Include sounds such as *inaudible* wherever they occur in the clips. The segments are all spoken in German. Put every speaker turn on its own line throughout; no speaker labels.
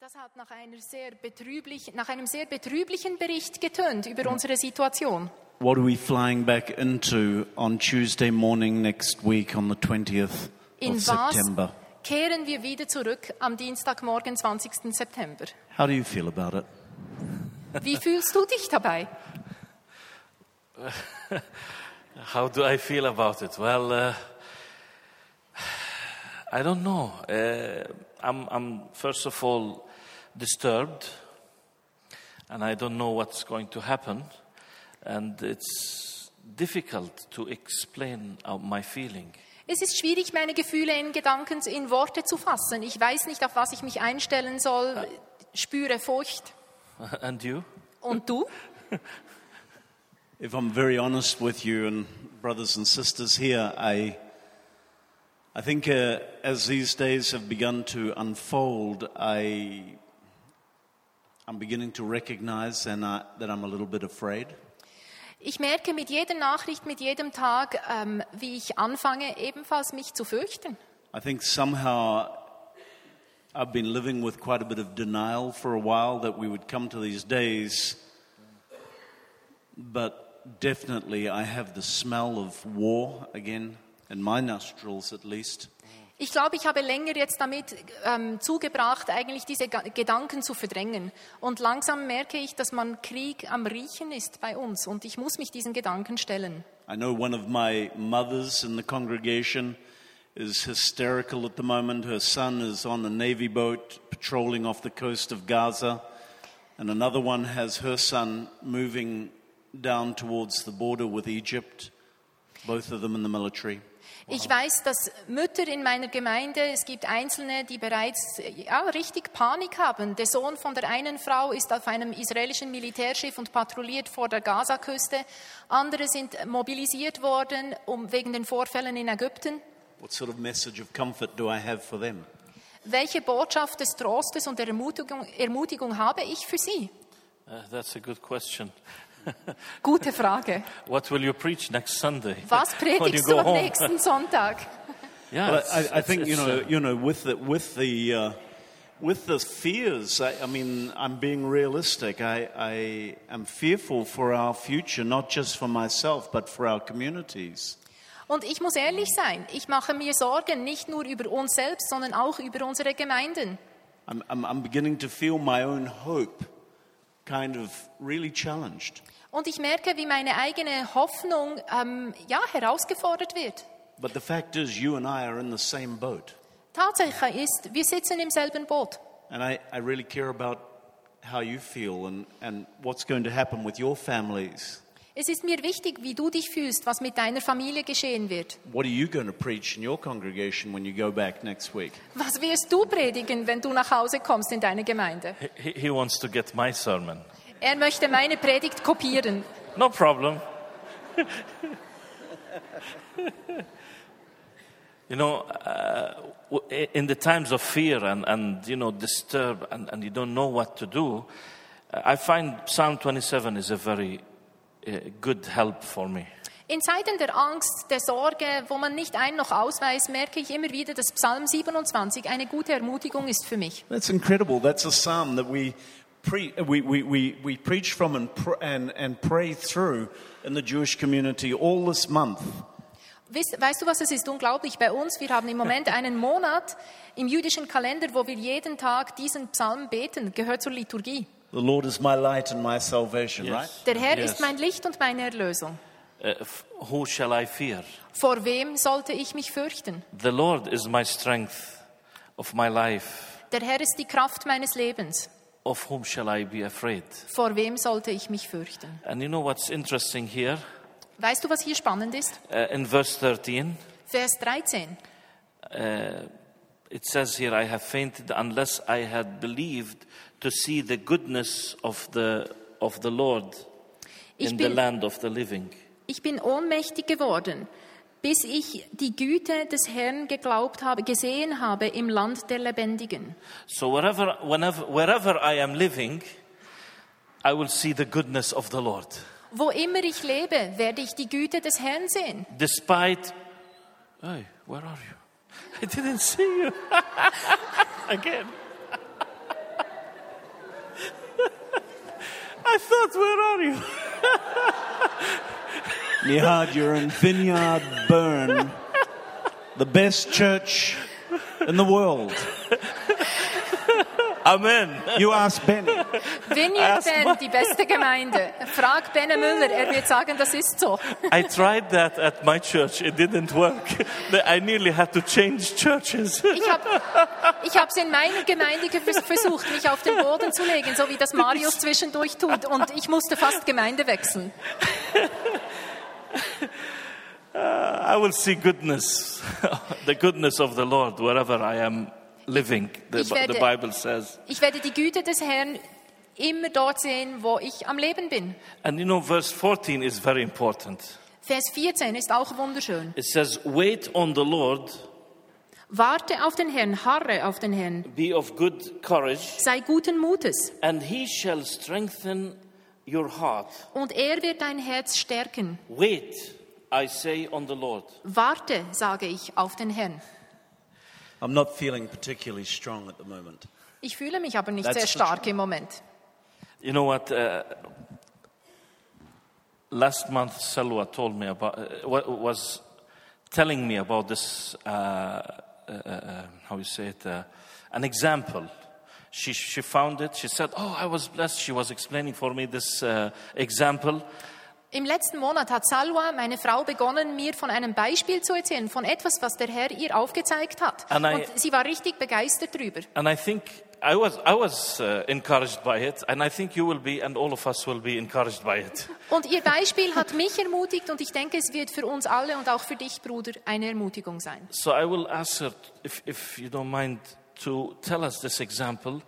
Das hat nach, sehr nach einem sehr betrüblichen Bericht getönt über unsere Situation.
What are we flying back into on Tuesday morning next week on the 20th
In
of
was
September?
kehren wir wieder zurück am Dienstagmorgen, 20. September?
How do you feel about it?
Wie fühlst du dich dabei?
How do I feel about it? Well, uh, I don't know. Uh, I'm, I'm first of all disturbed, and I don't know what's going to happen, and it's difficult to explain uh, my feeling. *laughs*
Es ist schwierig, meine Gefühle in Gedanken, in Worte zu fassen. Ich weiß nicht, auf was ich mich einstellen soll, spüre Furcht.
and you?
Und du?
If I'm very honest with you and brothers and sisters here, I, I think uh, as these days have begun to unfold, I, I'm beginning to recognize and I, that I'm a little bit afraid.
Ich merke mit jeder Nachricht, mit jedem Tag, ähm, wie ich anfange, ebenfalls mich zu fürchten.
I think somehow I've been living with quite a bit of denial for a while that we would come to these days, but definitely I have the smell of war again, in my nostrils at least.
Ich glaube, ich habe länger jetzt damit ähm, zugebracht, eigentlich diese Ga Gedanken zu verdrängen. Und langsam merke ich, dass man Krieg am Riechen ist bei uns. Und ich muss mich diesen Gedanken stellen.
I know one of my mothers in the congregation is hysterical at the moment. Her son is on a Navy boat patrolling off the coast of Gaza, and another one has her son moving down towards the border with Egypt, both of them in the military.
Ich weiß, dass Mütter in meiner Gemeinde, es gibt Einzelne, die bereits ja, richtig Panik haben. Der Sohn von der einen Frau ist auf einem israelischen Militärschiff und patrouilliert vor der Gazaküste. Andere sind mobilisiert worden um, wegen den Vorfällen in Ägypten.
What sort of message of comfort do I have for them?
Welche Botschaft des Trostes und der Ermutigung, Ermutigung habe ich für Sie?
Uh, that's a good question.
Gute Frage.
What will you preach next Sunday? *laughs*
Was
when you
predigst
go
du am
home?
nächsten
*laughs*
Sonntag?
Yeah,
Well,
it's-
I, I
it's-
think you
it's,
know,
uh,
you know, with the with the uh, with the fears. I, I mean, I'm being realistic. I, I am fearful for our future, not just for myself, but for our communities.
Und ich muss ehrlich sein, ich mache mir Sorgen nicht nur über uns selbst, sondern auch über unsere Gemeinden.
I'm, I'm, I'm beginning to feel my own hope, kind of really challenged.
Und ich merke, wie meine eigene Hoffnung ähm, ja, herausgefordert wird.
But the fact is, you and I are in the same boat,
Tatsache ist, wir sitzen im selben Boot.
and I, I really care about how you feel and, and what's going to happen with your families.
Es ist mir wichtig, wie du dich fühlst, was mit deiner Familie geschehen wird.
What are you going to preach in your congregation when you go back next week?
Was wirst du predigen, wenn du nach Hause kommst in deine Gemeinde?
uh, he, he wants to get my sermon.
Er möchte meine Predigt kopieren.
No problem. *laughs* you know, uh, w- i- in the times of fear and, and you know, disturb and, and you don't know what to do, uh, I find Psalm 27 is a very uh, good help for me.
In Zeiten der Angst, der Sorge, wo man nicht ein noch ausweist, merke ich immer wieder, dass Psalm 27 eine gute Ermutigung ist für mich.
That's incredible. That's a psalm that we, pre- we, we, we, we preach from and, pr- and, and pray through in the Jewish community all this month.
Weißt, weißt du was, es ist unglaublich bei uns. Wir haben im Moment einen Monat im jüdischen Kalender, wo wir jeden Tag diesen Psalm beten, gehört zur Liturgie.
The Lord is my light and my salvation, right?
Der Herr
Yes.
ist mein Licht und meine Erlösung.
Uh, f- who shall I fear?
Vor wem sollte ich mich fürchten?
The Lord is my strength of my life.
Der Herr ist die Kraft meines Lebens.
Of whom shall I be afraid?
Vor wem sollte ich mich fürchten?
And you know what's interesting here?
Weißt du, was hier spannend ist?
Uh, in verse 13,
Vers 13.
It says here, I have fainted unless I had believed to see the goodness of the, of the Lord
Ich
in the
bin,
land of the living.
Ich bin ohnmächtig geworden, bis ich die Güte des Herrn geglaubt habe, gesehen habe im Land der Lebendigen.
So wherever, whenever, wherever I am living, I will see the goodness of the Lord,
Wo immer ich lebe, werde ich die Güte des Herrn sehen.
despite. Hey, where *laughs* are you? I didn't see you again. *laughs* I thought, where are you? *laughs*
Nihad, you're in Vineyard Burn, the best church in the world.
Amen.
You ask Benny.
Vineyard Ben, die beste Gemeinde. Frag Benne Müller, er wird sagen, das ist so.
I tried that at my church. It didn't work. I nearly had to change churches. *laughs*
Ich habe ich hab's in meiner Gemeinde gevers- versucht, mich auf den Boden zu legen, so wie das Marius zwischendurch tut. Und ich musste fast Gemeinde wechseln.
Uh, I will see goodness, *laughs* the goodness of the Lord wherever I am living, the,
Ich werde-
the Bible says.
Ich werde die Güte des Herrn immer dort sehen, wo ich am Leben bin.
And you know, verse 14 is very important.
Vers 14 ist auch wunderschön.
It says, Wait on the Lord,
Warte auf den Herrn, harre auf den Herrn.
be of good courage,
Sei guten Mutes
and he shall strengthen your heart.
und er wird dein Herz stärken.
Wait, I say, on the Lord.
Warte, sage ich, auf den Herrn.
I'm not feeling particularly strong at the moment.
Ich fühle mich aber nicht
That's
sehr
the
stark im Moment.
You know what? Uh, last month, Salwa told me about, uh, wa- was telling me about this. Uh, uh, uh, how you say it? Uh, an example. She she found it. She said, "Oh, I was blessed." She was explaining for me this uh, example.
Im letzten Monat hat Salwa, meine Frau, begonnen, mir von einem Beispiel zu erzählen, von etwas, was der Herr ihr aufgezeigt hat.
Ah, nein.
Und sie war richtig begeistert drüber.
And I think I was, I was uh, encouraged by it, and I think you will be, and all of us will be encouraged by it.
Und ihr Beispiel hat mich ermutigt und ich denke, es wird für uns alle und auch für dich, Bruder, eine Ermutigung sein.
So I will ask her, if, if you don't mind, to tell us this example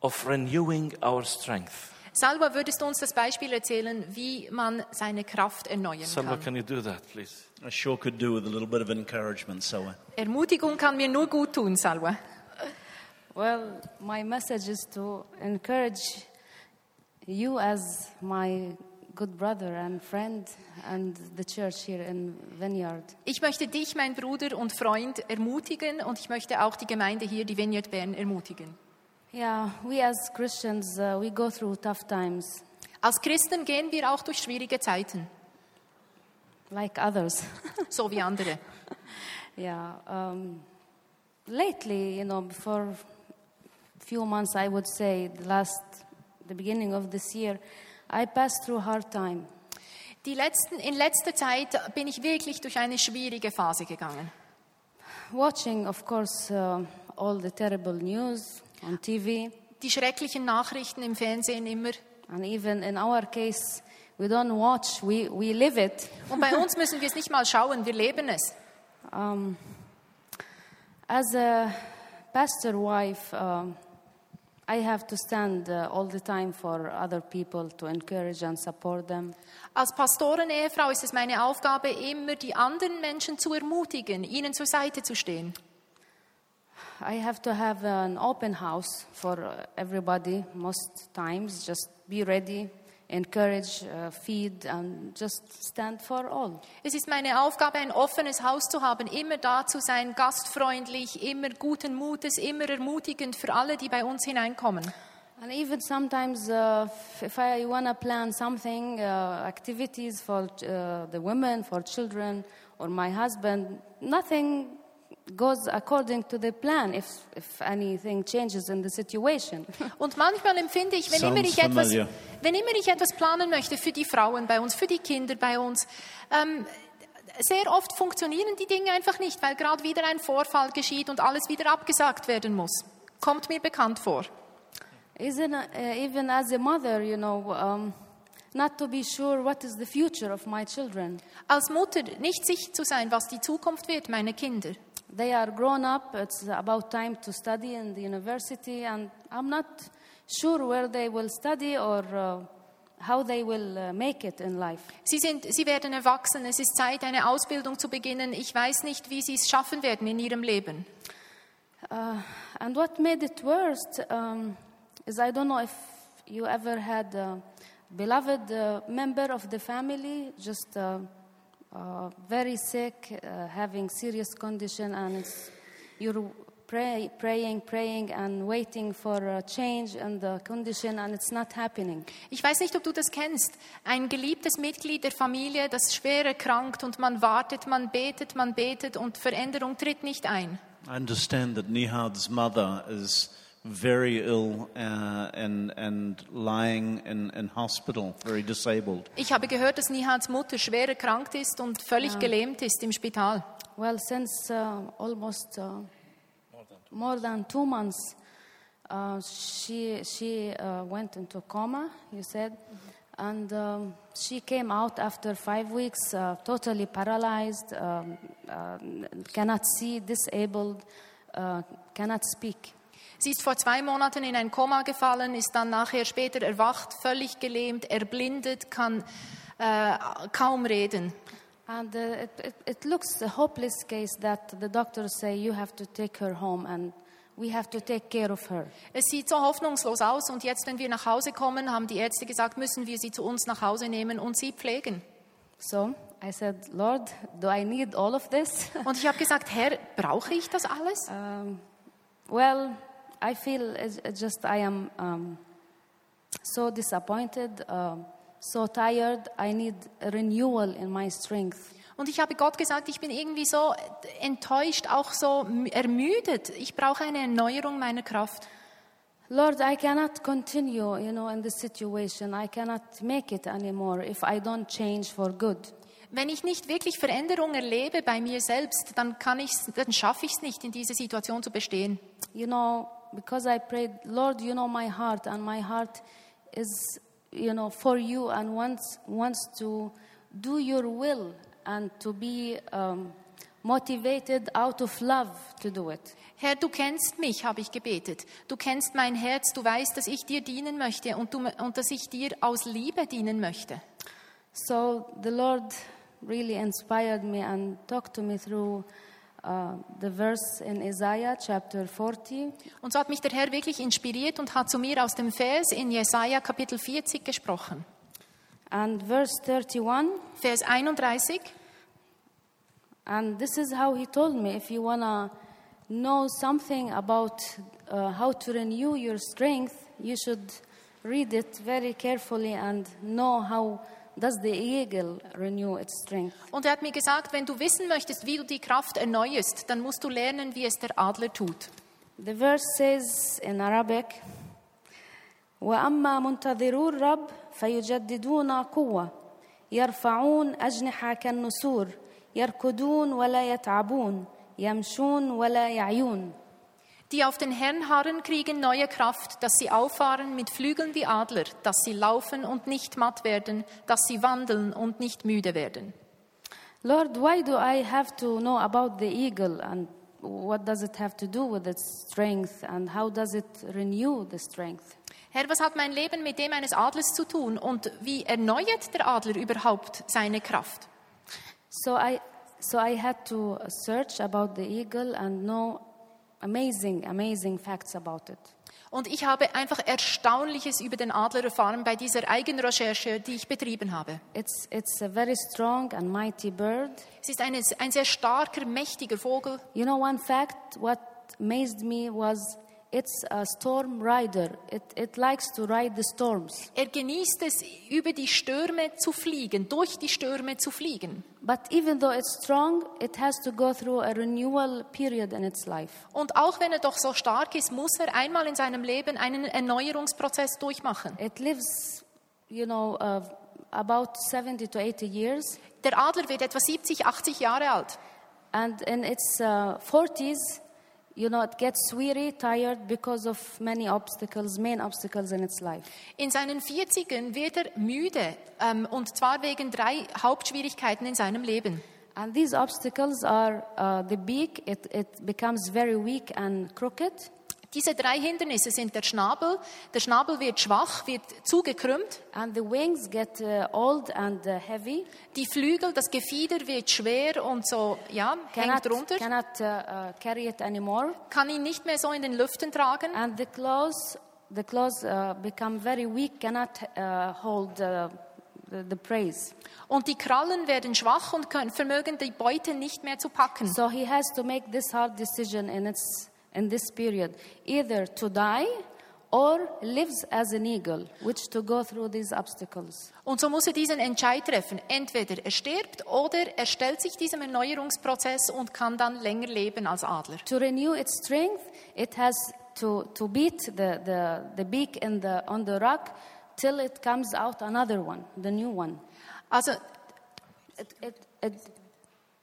of renewing our strength.
Salwa, würdest du uns das Beispiel erzählen, wie man seine Kraft erneuern
Salva,
kann?
can you do that, please?
I sure could do with a little bit of encouragement, so
Ermutigung kann mir nur gut tun, Salwa.
Well, my message is to encourage you as my good brother and friend and the church here in Vineyard.
Ich möchte dich, mein Bruder und Freund, ermutigen und ich möchte auch die Gemeinde hier, die Vineyard Bern, ermutigen.
Yeah, we as Christians, uh, we go through tough times
Als Christen gehen wir auch durch schwierige Zeiten,
like others. *laughs*
so wie andere.
yeah. Um, lately, you know, for few months, I would say, the last, the beginning of this year, I passed through hard time.
Die letzten, in letzter Zeit bin ich wirklich durch eine schwierige Phase gegangen.
Watching, of course, uh, all the terrible news on TV.
Die schrecklichen Nachrichten im Fernsehen immer.
And even in our case, we don't watch, we, we live it.
Und bei uns müssen wir es nicht mal schauen, wir leben es.
Um, as a pastor wife, um, I have to stand uh, all the time for other people to encourage and support them.
Als Pastorenehefrau ist es meine Aufgabe, immer die anderen Menschen zu ermutigen, ihnen zur Seite zu stehen.
I have to have an open house for uh, everybody most times. Just be ready, encourage, uh, feed, and just stand for all.
Es ist meine Aufgabe, ein offenes Haus zu haben, immer da zu sein, gastfreundlich, immer guten Mutes, immer ermutigend für alle, die bei uns hineinkommen.
And even sometimes, uh, f- if I want to plan something, uh, activities for uh, the women, for children, or my husband, nothing goes according to the plan if, if anything changes in the situation.
Und manchmal empfinde ich, wenn
Sounds
immer ich, etwas,
familiar.
wenn immer ich etwas planen möchte für die Frauen bei uns, für die Kinder bei uns, ähm, sehr oft funktionieren die Dinge einfach nicht, weil gerade wieder ein Vorfall geschieht und alles wieder abgesagt werden muss. Kommt mir bekannt vor.
Isn't, uh, even as a mother, you know, um, not to be sure what is the future of my children.
Als Mutter nicht sicher zu sein, was die Zukunft wird, meine Kinder.
They are grown up, it's about time to study in the university, and I'm not sure where they will study or uh, how they will uh, make it in life.
Sie, sind, sie werden erwachsen, es ist Zeit, eine Ausbildung zu beginnen. Ich weiß nicht, wie sie es schaffen werden in ihrem Leben.
Uh, and what made it worst um, is I don't know if you ever had a beloved uh, member of the family just uh, uh, very sick, uh, having serious condition, and it's, you're pray, praying, praying, and waiting for a change and the condition, and it's not happening.
Ich weiß nicht, ob du das kennst. Ein geliebtes Mitglied der Familie, das schwer erkrankt und man wartet, man betet, man betet und Veränderung tritt nicht ein.
I understand that Nihad's mother is very ill uh, and, and lying in, in hospital, very disabled.
Ich habe gehört, dass Nihads Mutter schwer erkrankt ist und völlig gelähmt ist im Spital.
Well, since uh, almost uh, more than two months, uh, she she uh, went into coma. You said, and um, she came out after five weeks, uh, totally paralyzed, um, uh, cannot see, disabled, uh, cannot speak.
Sie ist vor zwei Monaten in ein Koma gefallen, ist dann nachher später erwacht, völlig gelähmt, erblindet, kann äh, kaum reden.
And uh, it, it, it looks a hopeless case that the doctors say you have to take her home and we have to take care of her.
Es sieht so hoffnungslos aus und jetzt, wenn wir nach Hause kommen, haben die Ärzte gesagt, müssen wir sie zu uns nach Hause nehmen und sie pflegen.
So I said, Lord, do I need all of this? *laughs*
Und ich habe gesagt, Herr, brauche ich das alles?
um, well, I feel it's it's just I am um, so disappointed, um so tired. I need a renewal in my strength.
Und ich habe Gott gesagt, ich bin irgendwie so enttäuscht, auch so m- ermüdet. Ich brauche eine Erneuerung meiner Kraft.
Lord, I cannot continue, you know, in this situation. I cannot make it anymore if I don't change for good.
Wenn ich nicht wirklich Veränderung erlebe bei mir selbst, dann, kann ich's, dann schaffe ich es nicht, in dieser Situation zu bestehen.
you know, because I prayed, Lord, you know my heart, and my heart is, you know, for you and wants, wants to do your will and to be um, motivated out of love to do it.
Herr, du kennst mich, habe ich gebetet. Du kennst mein Herz, du weißt, dass ich dir dienen möchte und, du, und dass ich dir aus Liebe dienen möchte.
So the Lord really inspired me and talked to me through uh, the verse in Isaiah chapter 40.
Und so hat mich der Herr wirklich inspiriert und hat zu mir aus dem Vers in Jesaja Kapitel 40 gesprochen.
And verse 31,
Vers 31.
And this is how he told me if you want to know something about uh, how to renew your strength, you should read it very carefully and know how does the eagle renew its strength.
Und er hat mir gesagt, wenn du wissen möchtest, wie du die Kraft erneuerst, dann musst du lernen, wie es der Adler tut.
The verse says in Arabic, وأما منتظرو الرب فيجددون قوة يرفعون أجنحة كالنسور يركضون ولا يتعبون يمشون ولا يعيون
Die auf den Herrn harren, kriegen neue Kraft, dass sie auffahren mit Flügeln wie Adler, dass sie laufen und nicht matt werden, dass sie wandeln und nicht müde werden.
Lord, why do I have to know about the eagle and what does it have to do with its strength and how does it renew the strength?
Herr, was hat mein Leben mit dem eines Adlers zu tun und wie erneuert der Adler überhaupt seine Kraft?
So I, so I had to search about the eagle and know amazing, amazing facts about it.
Und ich habe einfach Erstaunliches über den Adler erfahren bei dieser Eigenrecherche, die ich betrieben habe.
It's, it's a very strong and mighty bird.
Es ist eine, ein sehr starker, mächtiger Vogel.
You know, one fact what amazed me was it's a storm rider, it, it likes to ride the storms.
Er genießt es, über die Stürme zu fliegen, durch die Stürme zu fliegen.
But even though it's strong, it has to go through a renewal period in its life.
Und auch wenn er doch so stark ist, muss er einmal in seinem Leben einen Erneuerungsprozess durchmachen.
It lives, you know, uh, about 70 to 80 years.
Der Adler wird etwa 70, 80 Jahre alt.
And in its uh, 40s, you know, it gets weary, tired because of many obstacles, main obstacles in its life.
In seinen 40ern wird er müde, ähm, und zwar wegen drei Hauptschwierigkeiten in seinem Leben.
And these obstacles are uh, the beak, it, it becomes very weak and crooked.
Diese drei Hindernisse sind der Schnabel, der Schnabel wird schwach, wird zugekrümmt,
And the wings get uh, old and uh, heavy,
die Flügel, das Gefieder wird schwer und so, ja, hängt
cannot,
runter,
cannot uh, uh, carry it anymore.
kann ihn nicht mehr so in den Lüften tragen.
And the claws, the claws uh, become very weak, cannot uh, hold uh, the, the praise.
Und die Krallen werden schwach und können, vermögen die Beute nicht mehr zu packen.
So he has to make this hard decision in its in this period, either to die or lives as an eagle, which to go through these obstacles.
Und so muss er diesen Entscheid treffen. Entweder er stirbt oder er stellt sich diesem Erneuerungsprozess und kann dann länger leben als Adler.
To renew its strength, it has to, to beat the, the, the beak in the, on the rock till it comes out another one, the new one.
Also
It, it, it,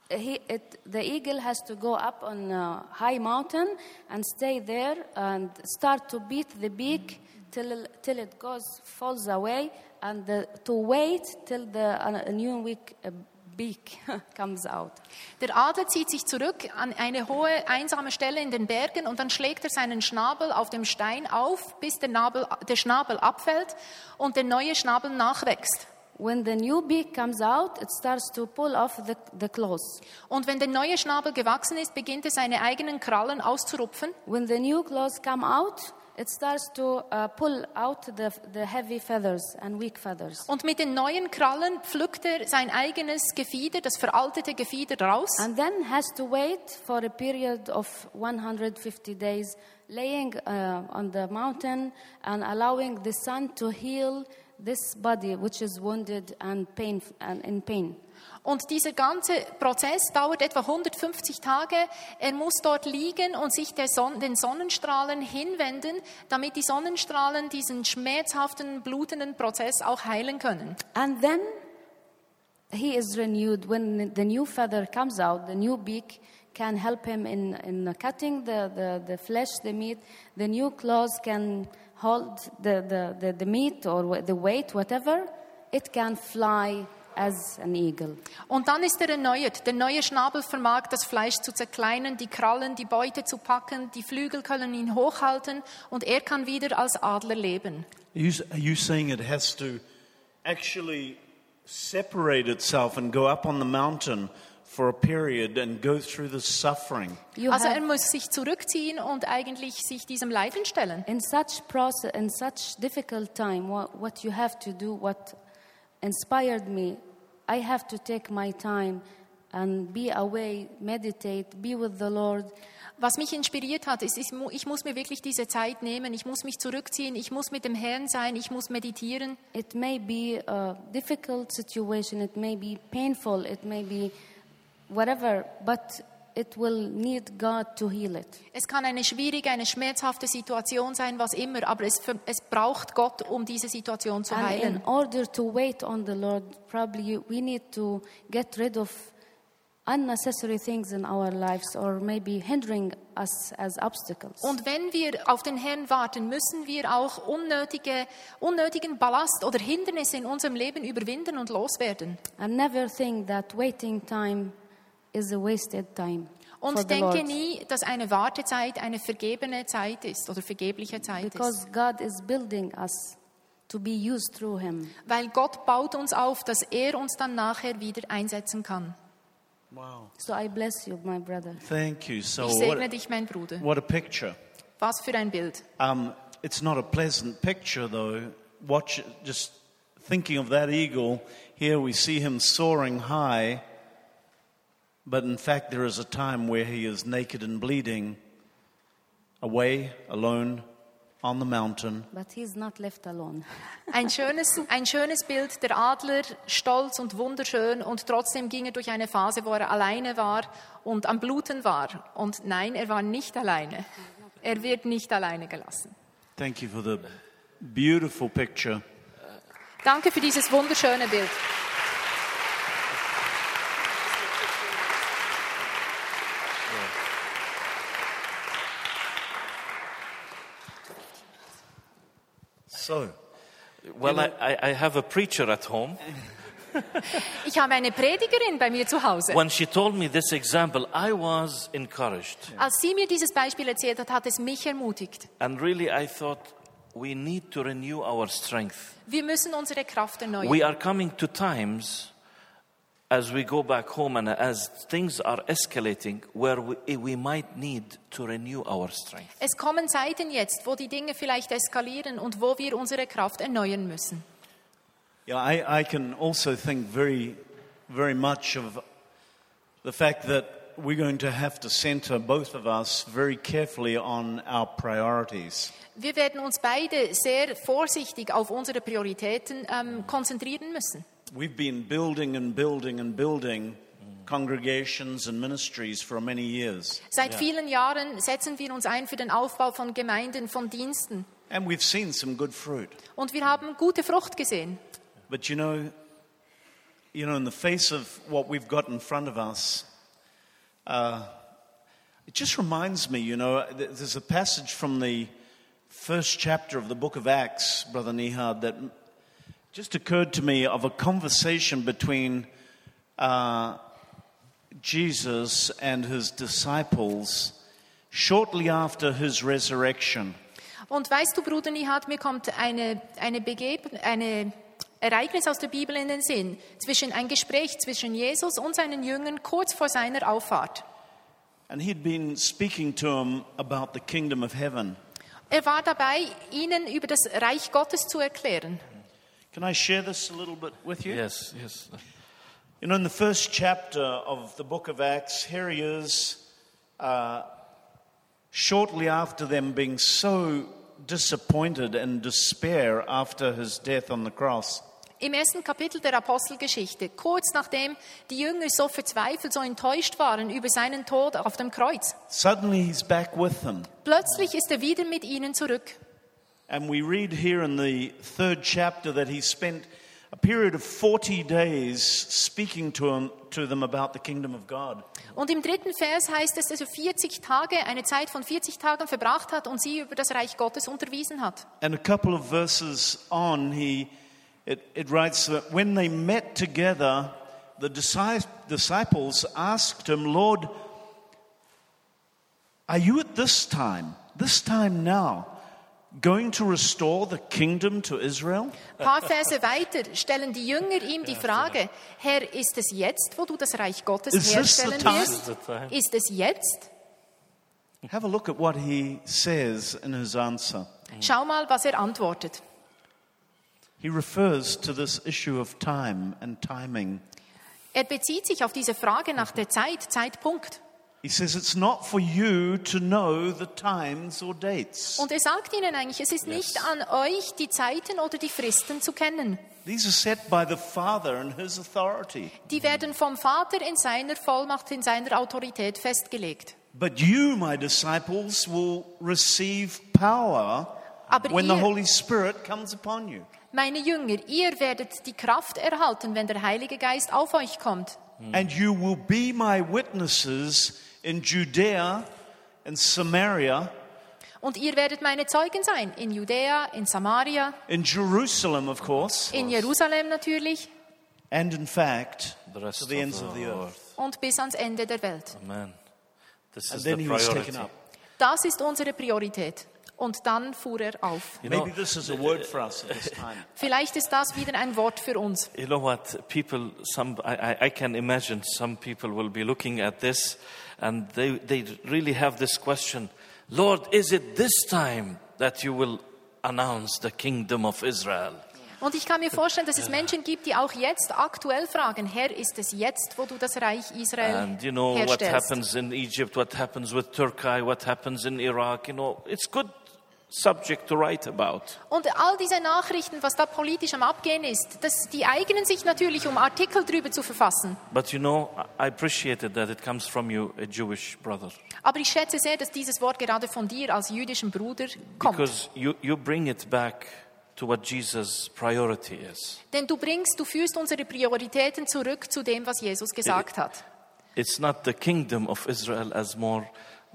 he, it, the eagle has to go up on a high mountain and stay there and start to beat the beak till, till it goes falls away and the, to wait till the uh, new weak, uh, beak *laughs* comes out.
der Adler zieht sich zurück an eine hohe, einsame Stelle in den Bergen und dann schlägt er seinen Schnabel auf dem Stein auf, bis der, Nabel, der Schnabel abfällt und der neue Schnabel nachwächst.
When the new beak comes out, it starts to pull off the, the claws.
Und wenn der neue Schnabel gewachsen ist, beginnt er seine eigenen Krallen auszurupfen.
When the new claws come out, it starts to uh, pull out the, the heavy feathers and weak feathers.
Und mit den neuen Krallen pflückt er sein eigenes Gefieder, das veraltete Gefieder, raus.
And then has to wait for a period of 150 days, laying uh, on the mountain and allowing the sun to heal this body which is wounded and, pain, and in pain.
Und dieser ganze Prozess dauert etwa 150 Tage. Er muss dort liegen und sich der Son den Sonnenstrahlen hinwenden, damit die Sonnenstrahlen diesen schmerzhaften, blutenden Prozess auch heilen können.
And then he is renewed when the new feather comes out, the new beak can help him in, in cutting the, the, the flesh, the meat. The new claws can hold the, the, the, the meat or wh- the weight, whatever. It can fly as an eagle.
Und dann ist er erneuert. Der neue Schnabel vermag, das Fleisch zu zerkleinern, die Krallen, die Beute zu packen, die Flügel können ihn hochhalten und er kann wieder als Adler leben.
Are you, are you saying it has to actually separate itself and go up on the mountain for a period and go through the suffering?
You
also
have-
er muss sich zurückziehen und eigentlich sich diesem Leiden stellen.
in such process in such difficult time what, what you have to do what inspired me i have to take my time and be away meditate be with the lord
Was mich inspiriert hat, ist, ich, mu- ich muss mir wirklich diese Zeit nehmen, ich muss mich zurückziehen, ich muss mit dem Herrn sein, ich muss meditieren.
it may be a difficult situation it may be painful it may be whatever but it will need god to heal it
Es kann eine schwierige, eine schmerzhafte Situation sein, was immer, aber es, ver- es braucht Gott, um diese Situation zu
and in
heilen.
order to wait on the lord probably you- we need to get rid of unnecessary things in our lives or maybe hindering us as obstacles
Und wenn wir auf den Herrn warten, müssen wir auch unnötige, unnötigen Ballast oder Hindernisse in unserem Leben überwinden und loswerden.
and never think that waiting time is a wasted time for
Und
the
denke
lord
nie, dass eine Wartezeit eine vergebene Zeit ist oder vergebliche Zeit ist.
because god is building us to be used through him
Weil Gott baut uns auf, dass er uns dann nachher wieder einsetzen kann.
Wow.
so i bless you my brother
Thank you. So,
Ich segne
what,
dich, mein Bruder.
what a picture.
Was für ein Bild.
Um, it's not a pleasant picture, though. Watch, just thinking of that eagle, here we see him soaring high, but in fact, there is a time where he is naked and bleeding, away, alone, on the mountain.
but he's not left alone
Ein schönes, ein schönes Bild, der Adler, stolz und wunderschön und trotzdem ging er durch eine Phase, wo er alleine war und am Bluten war. Und nein, er war nicht alleine. Er wird nicht alleine gelassen.
Thank you for the beautiful picture.
Danke für dieses wunderschöne Bild.
So,
Well, I, I, I have a preacher at home.
Ich habe eine Predigerin bei mir zu Hause.
When she told me this example, I was encouraged.
Als sie mir dieses Beispiel erzählt hat, hat es mich ermutigt.
And really, I thought we need to renew our strength.
Wir müssen unsere Kraft
Oh,
erneuern.
We are coming to times as we go back home and as things are escalating where we, we might need to renew our strength.
Es kommen Zeiten jetzt, wo die Dinge vielleicht eskalieren und wo wir unsere Kraft erneuern müssen.
yeah, I, I can also think very, very much of the fact that we're going to have to center both of us very carefully on our priorities.
Wir werden uns beide sehr vorsichtig auf unsere Prioritäten ähm, konzentrieren müssen.
We've been building and building and building congregations and ministries for many years.
Seit vielen Jahren setzen wir uns ein für den Aufbau von Gemeinden, von Diensten.
And we've seen some good fruit.
Und wir haben gute Frucht gesehen.
But you know, you know, in the face of what we've got in front of us, uh, it just reminds me, you know, th- there's a passage from the first chapter of the book of Acts, Brother Nihad, that m- just occurred to me of a conversation between uh, Jesus and his disciples shortly after his resurrection.
Und weißt du, Bruder Nihat, mir kommt eine, eine Begeb eine Ereignis aus der Bibel in den Sinn. Zwischen ein Gespräch zwischen Jesus und seinen Jüngern kurz vor seiner Auffahrt.
And he'd been speaking to them about the kingdom of heaven.
Er war dabei, ihnen über das Reich Gottes zu erklären.
Can I share this a little bit with you?
Yes, yes.
You know, in the first chapter of the book of Acts, here he is, uh, shortly after them being so disappointed and despair after his death on the cross.
Im ersten Kapitel der Apostelgeschichte, kurz nachdem die Jünger so verzweifelt, so enttäuscht waren über seinen Tod auf dem Kreuz.
Suddenly he's back with them.
Plötzlich ist er wieder mit ihnen zurück.
And we read here in the third chapter that he spent a period of 40 days speaking to, him, to them about the kingdom of God.
Und im dritten Vers heißt es, dass er 40 Tage, eine Zeit von 40 Tagen verbracht hat und sie über das Reich Gottes unterwiesen hat.
And a couple of verses on, he, it, it writes that when they met together, the disci- disciples asked him, Lord, are you at this time, this time now, going to restore the kingdom to Israel?
Ein paar Verse weiter stellen die Jünger ihm die Frage, Herr, ist es jetzt, wo du das Reich Gottes
Is this the
herstellen
time?
wirst? Ist es jetzt?
Have a look at what he says in his answer.
Schau mal, was er antwortet.
He refers to this issue of time and timing.
Er bezieht sich auf diese Frage nach der Zeit, Zeitpunkt.
He says, It's not for you to know the times or dates.
Und er sagt ihnen eigentlich, es ist nicht an euch, die Zeiten oder die Fristen zu kennen.
These are set by the Father and His authority.
Die werden vom Vater in seiner Vollmacht, in seiner Autorität festgelegt.
But you, my disciples, will receive power
Aber
when the
ihr-
Holy Spirit comes upon you.
Meine Jünger, ihr werdet die Kraft erhalten, wenn der Heilige Geist auf euch kommt.
And you will be my witnesses in Judea and Samaria,
Und ihr werdet meine Zeugen sein, in Judäa, in Samaria,
in Jerusalem, of course,
in Jerusalem natürlich
and in fact,
The rest
to the
of
ends
the
of the
world.
earth.
und bis ans Ende der Welt.
Amen. This
And
is
then
the
he was
priority.
taken up.
Das ist unsere Priorität. Und dann fuhr er auf.
You know,
Maybe this is a word for us at this time.
Vielleicht ist das wieder ein Wort für uns.
You know what? People, some, I, I- I can imagine some people will be looking at this and they, they really have this question Lord, is it this time that you will announce the kingdom of Israel?
Und ich kann mir vorstellen, dass es Menschen gibt, die auch jetzt aktuell fragen, Herr, ist es jetzt, wo du das Reich Israel
And you know what
herstellst?
happens in Egypt, what happens with Turkey, what happens in Iraq. You know, it's good subject to write about.
Und all diese Nachrichten, was da politisch am Abgehen ist, das, die eignen sich natürlich, um Artikel drüber zu verfassen.
But you know, I- I appreciated that it comes from you, a Jewish brother,
Aber ich schätze sehr, dass dieses Wort gerade von dir als jüdischem Bruder kommt.
because you, you bring it back to what Jesus' priority is.
Denn du bringst, du führst unsere Prioritäten zurück zu dem, was Jesus gesagt hat.
It's not the kingdom of Israel as more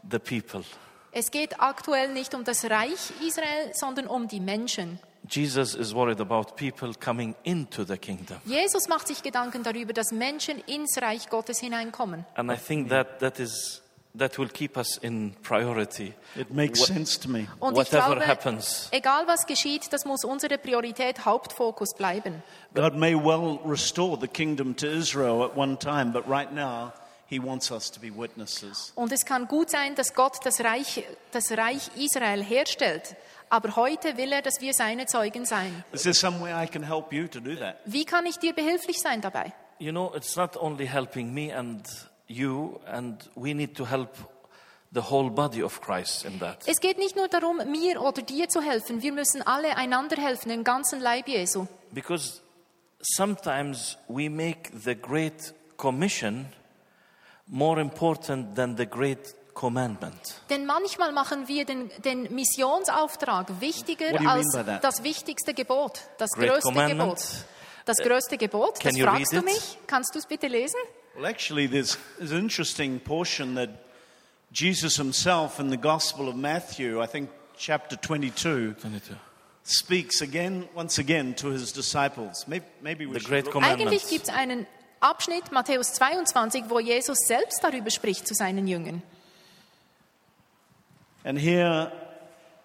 the people.
Es geht aktuell nicht um das Reich Israel, sondern um die Menschen.
Jesus is worried about people coming into the kingdom.
Jesus macht sich Gedanken darüber, dass Menschen ins Reich Gottes hineinkommen.
And I think that that is that will keep us in priority.
It makes
What-
sense to me.
Und
Whatever
ich glaube,
happens.
egal was geschieht, das muss unsere Priorität Hauptfokus bleiben.
*laughs* God may well restore the kingdom to Israel at one time, but right now, He wants us to be witnesses.
Und es kann gut sein, dass Gott das Reich, das Reich Israel herstellt. Aber heute will er, dass wir seine Zeugen sein.
Is there some way I can help you to do that?
Wie kann ich dir behilflich sein dabei?
You know, it's not only helping me and you, and we need to help the whole body of Christ in that.
Es geht nicht nur darum, mir oder dir zu helfen. Wir müssen alle einander helfen, den ganzen Leib Jesu.
Because sometimes we make the Great Commission more important than the Great Commandment.
Denn manchmal machen wir den, den Missionsauftrag
What do
wichtiger
you
als
mean by that?
das wichtigste Gebot, das
Great
größte
Commandment. Äh,
Gebot. Das größte Gebot,
can
das
you
fragst du
read it?
mich? Kannst du es bitte lesen?
Well, actually, there's, there's an interesting portion that Jesus himself in the Gospel of Matthew, I think chapter 22, speaks again, once again, to his disciples. Maybe, maybe we
The
should
Great
look-
Commandment.
Eigentlich gibt es einen Abschnitt, Matthäus 22, wo Jesus selbst darüber spricht zu seinen Jüngern.
And here,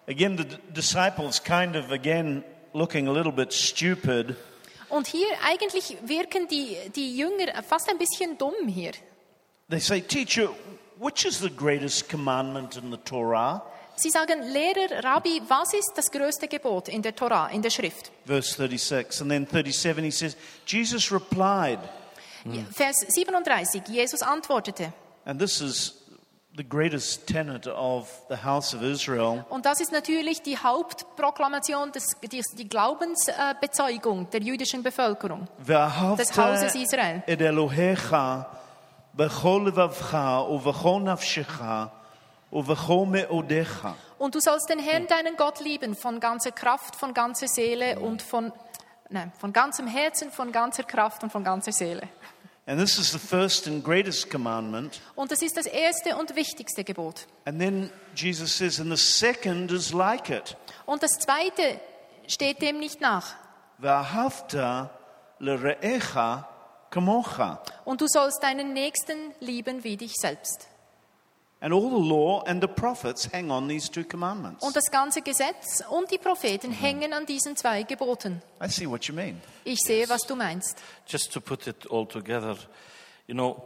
again, the d- disciples kind of, again, looking a little bit stupid.
Und hier eigentlich wirken die, die Jünger fast ein bisschen dumm hier.
They say, Teacher, which is the greatest commandment in the Torah?
Sie sagen, Lehrer, Rabbi, was ist das größte Gebot in der Torah, in der Schrift?
Verse 36. And then 37, he says, Jesus replied,
Vers 37, Jesus antwortete.
and this is the greatest tenet of the house of Israel.
Und das ist natürlich die Hauptproklamation, des, die, die Glaubensbezeugung der jüdischen Bevölkerung.
Des
Hauses Israel.
Et Elohecha, b'chol levavcha, u'v'chol nafshecha, u'v'chol me'odecha.
Und du sollst den Herrn, deinen Gott, lieben, von ganzer Kraft, von ganzer Seele und von, nein, von ganzem Herzen, von ganzer Kraft und von ganzer Seele.
And this is the first and greatest commandment.
Und das ist das erste und wichtigste Gebot.
And then Jesus says, and the second is like it.
Und das zweite steht dem nicht nach.
V'ahavta l're'echa kamocha.
Und du sollst deinen Nächsten lieben wie dich selbst.
And all the law and the prophets hang on these two commandments.
Und das ganze Gesetz und die Propheten hängen an diesen zwei Geboten.
I see what you mean.
Ich sehe, was du meinst.
Just to put it all together, you know,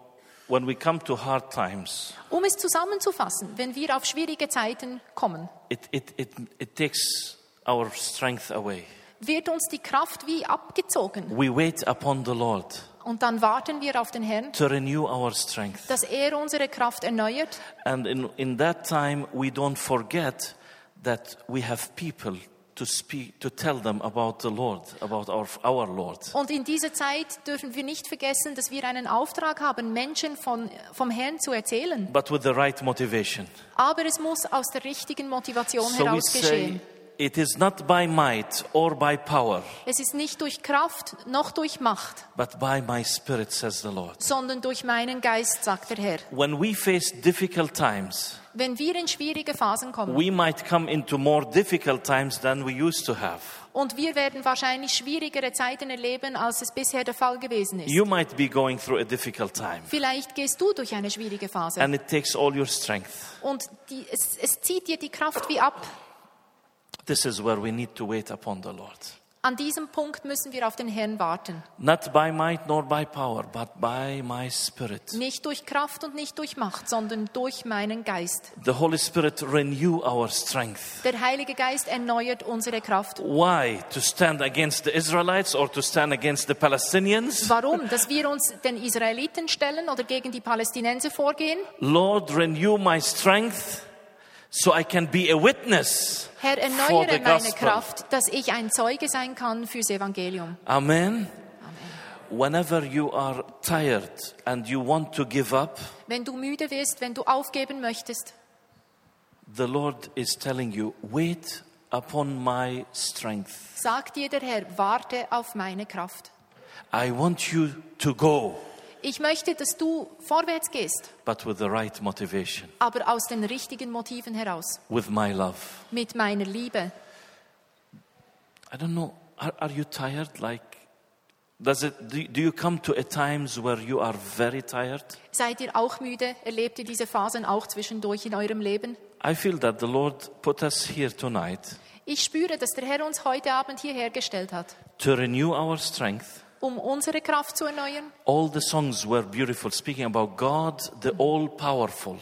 when we come to hard times,
Um es zusammenzufassen, wenn wir auf schwierige Zeiten kommen,
it, it, it, it takes our strength away.
wird uns die Kraft wie abgezogen.
We wait upon the Lord
Und dann warten wir auf den Herrn,
to renew our strength.
dass er unsere Kraft erneuert.
And in, in that time, we don't forget that we have people to speak, to tell them about the Lord, about our, our Lord.
Und in dieser Zeit dürfen wir nicht vergessen, dass wir einen Auftrag haben, Menschen von, vom Herrn zu erzählen.
But with the right motivation.
Aber es muss aus der richtigen Motivation
So we
heraus
say,
geschehen.
it is not by might or by power,
Es ist nicht durch Kraft noch durch Macht,
but by my spirit, says the Lord.
sondern durch meinen Geist, sagt der Herr.
When we face difficult times,
Wenn wir in schwierige Phasen kommen,
we might come into more difficult times than we used to have.
Und wir werden wahrscheinlich schwierigere Zeiten erleben, als es bisher der Fall gewesen ist.
You might be going through a difficult time,
Vielleicht gehst du durch eine schwierige Phase
and it takes all your strength.
und die, es, es zieht dir die Kraft wie ab.
This is where we need to wait upon the Lord.
An diesem Punkt müssen wir auf den Herrn warten.
Not by might nor by power, but by my spirit.
Nicht durch Kraft und nicht durch Macht, sondern durch meinen Geist.
The Holy Spirit renew our strength.
Der Heilige Geist erneuert unsere Kraft.
Why? To stand against the Israelites or to stand against the Palestinians?
Warum? Dass wir uns den Israeliten stellen oder gegen die Palästinenser vorgehen?
Lord, renew my strength so I can be a witness.
Herr,
For
erneuere
the
meine
gospel.
Kraft, dass ich ein Zeuge sein kann fürs Evangelium.
Amen. Whenever you are tired and you want to give up,
Wenn du müde wirst, wenn du aufgeben möchtest,
the Lord is telling you, wait upon my strength.
sagt dir der Herr, warte auf meine Kraft.
I want you to go,
Ich möchte, dass du vorwärts gehst,
but with the right motivation,
aber aus den richtigen Motiven heraus,
with my love.
mit meiner Liebe.
I don't know. Are, are you tired? Like, does it? Do, do you come to a times where you are very tired?
Seid ihr auch müde? Erlebt ihr diese Phasen auch zwischendurch in eurem Leben?
I feel that the Lord put us here tonight
Ich spüre, dass der Herr uns heute Abend hierher gestellt hat,
to renew our strength.
um unsere Kraft zu erneuern.
All the songs were beautiful, speaking about God, the all-powerful.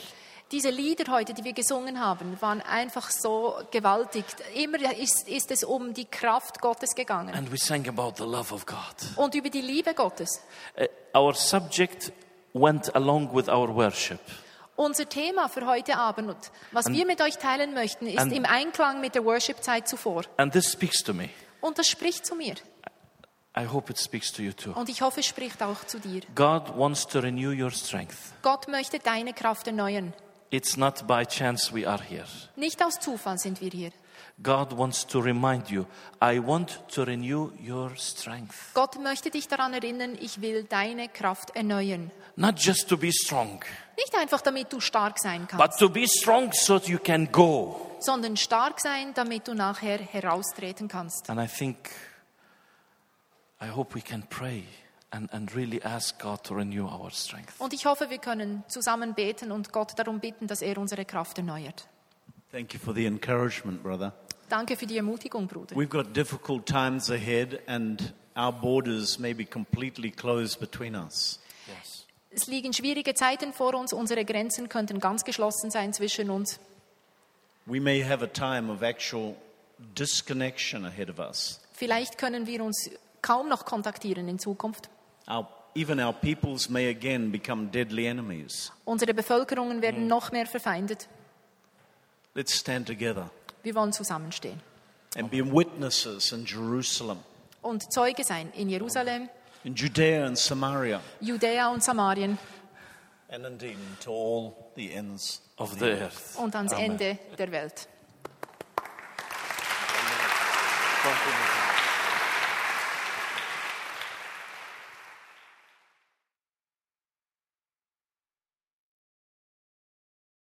Diese Lieder heute, die wir gesungen haben, waren einfach so gewaltig. Immer ist, ist es um die Kraft Gottes gegangen
And we sang about the love of God.
und über die Liebe Gottes.
Uh, our subject went along with our worship.
Unser Thema für heute Abend, was wir mit euch teilen möchten, ist
and-
im Einklang mit der Worship-Zeit zuvor.
And this speaks to me.
Und das spricht zu mir.
I hope it speaks to you too.
Und ich hoffe, es spricht auch zu dir.
God wants to renew your strength.
Gott möchte deine Kraft erneuern.
It's not by chance we are here.
Nicht aus Zufall sind wir hier.
God wants to remind you, I want to renew your strength.
Gott möchte dich daran erinnern, ich will deine Kraft erneuern.
Not just to be strong,
Nicht einfach, damit du stark sein kannst,
but to be strong so that you can go.
sondern stark sein, damit du nachher heraustreten kannst.
And I think, I hope we can pray and, and really ask God to renew our strength.
Und ich hoffe, wir können zusammen beten und Gott darum bitten, dass er unsere Kraft erneuert.
Thank you for the encouragement, brother.
Danke für die Ermutigung, Bruder.
We've got difficult times ahead, and our borders may be completely closed between us.
Yes.
Es liegen schwierige Zeiten vor uns. Unsere Grenzen könnten ganz geschlossen sein zwischen uns.
We may have a time of actual disconnection ahead of us.
Vielleicht können wir uns kaum noch kontaktieren in Zukunft.
Our, even our peoples may again become deadly enemies.
Unsere Bevölkerungen werden noch mehr verfeindet.
Let's stand together
Wir wollen zusammenstehen
and be witnesses in Jerusalem,
und Zeuge sein in Jerusalem,
in Judea and Samaria,
Judäa und Samarien
and indeed to all the ends.
Of the earth.
und ans
Amen.
Ende der Welt.
Thank you.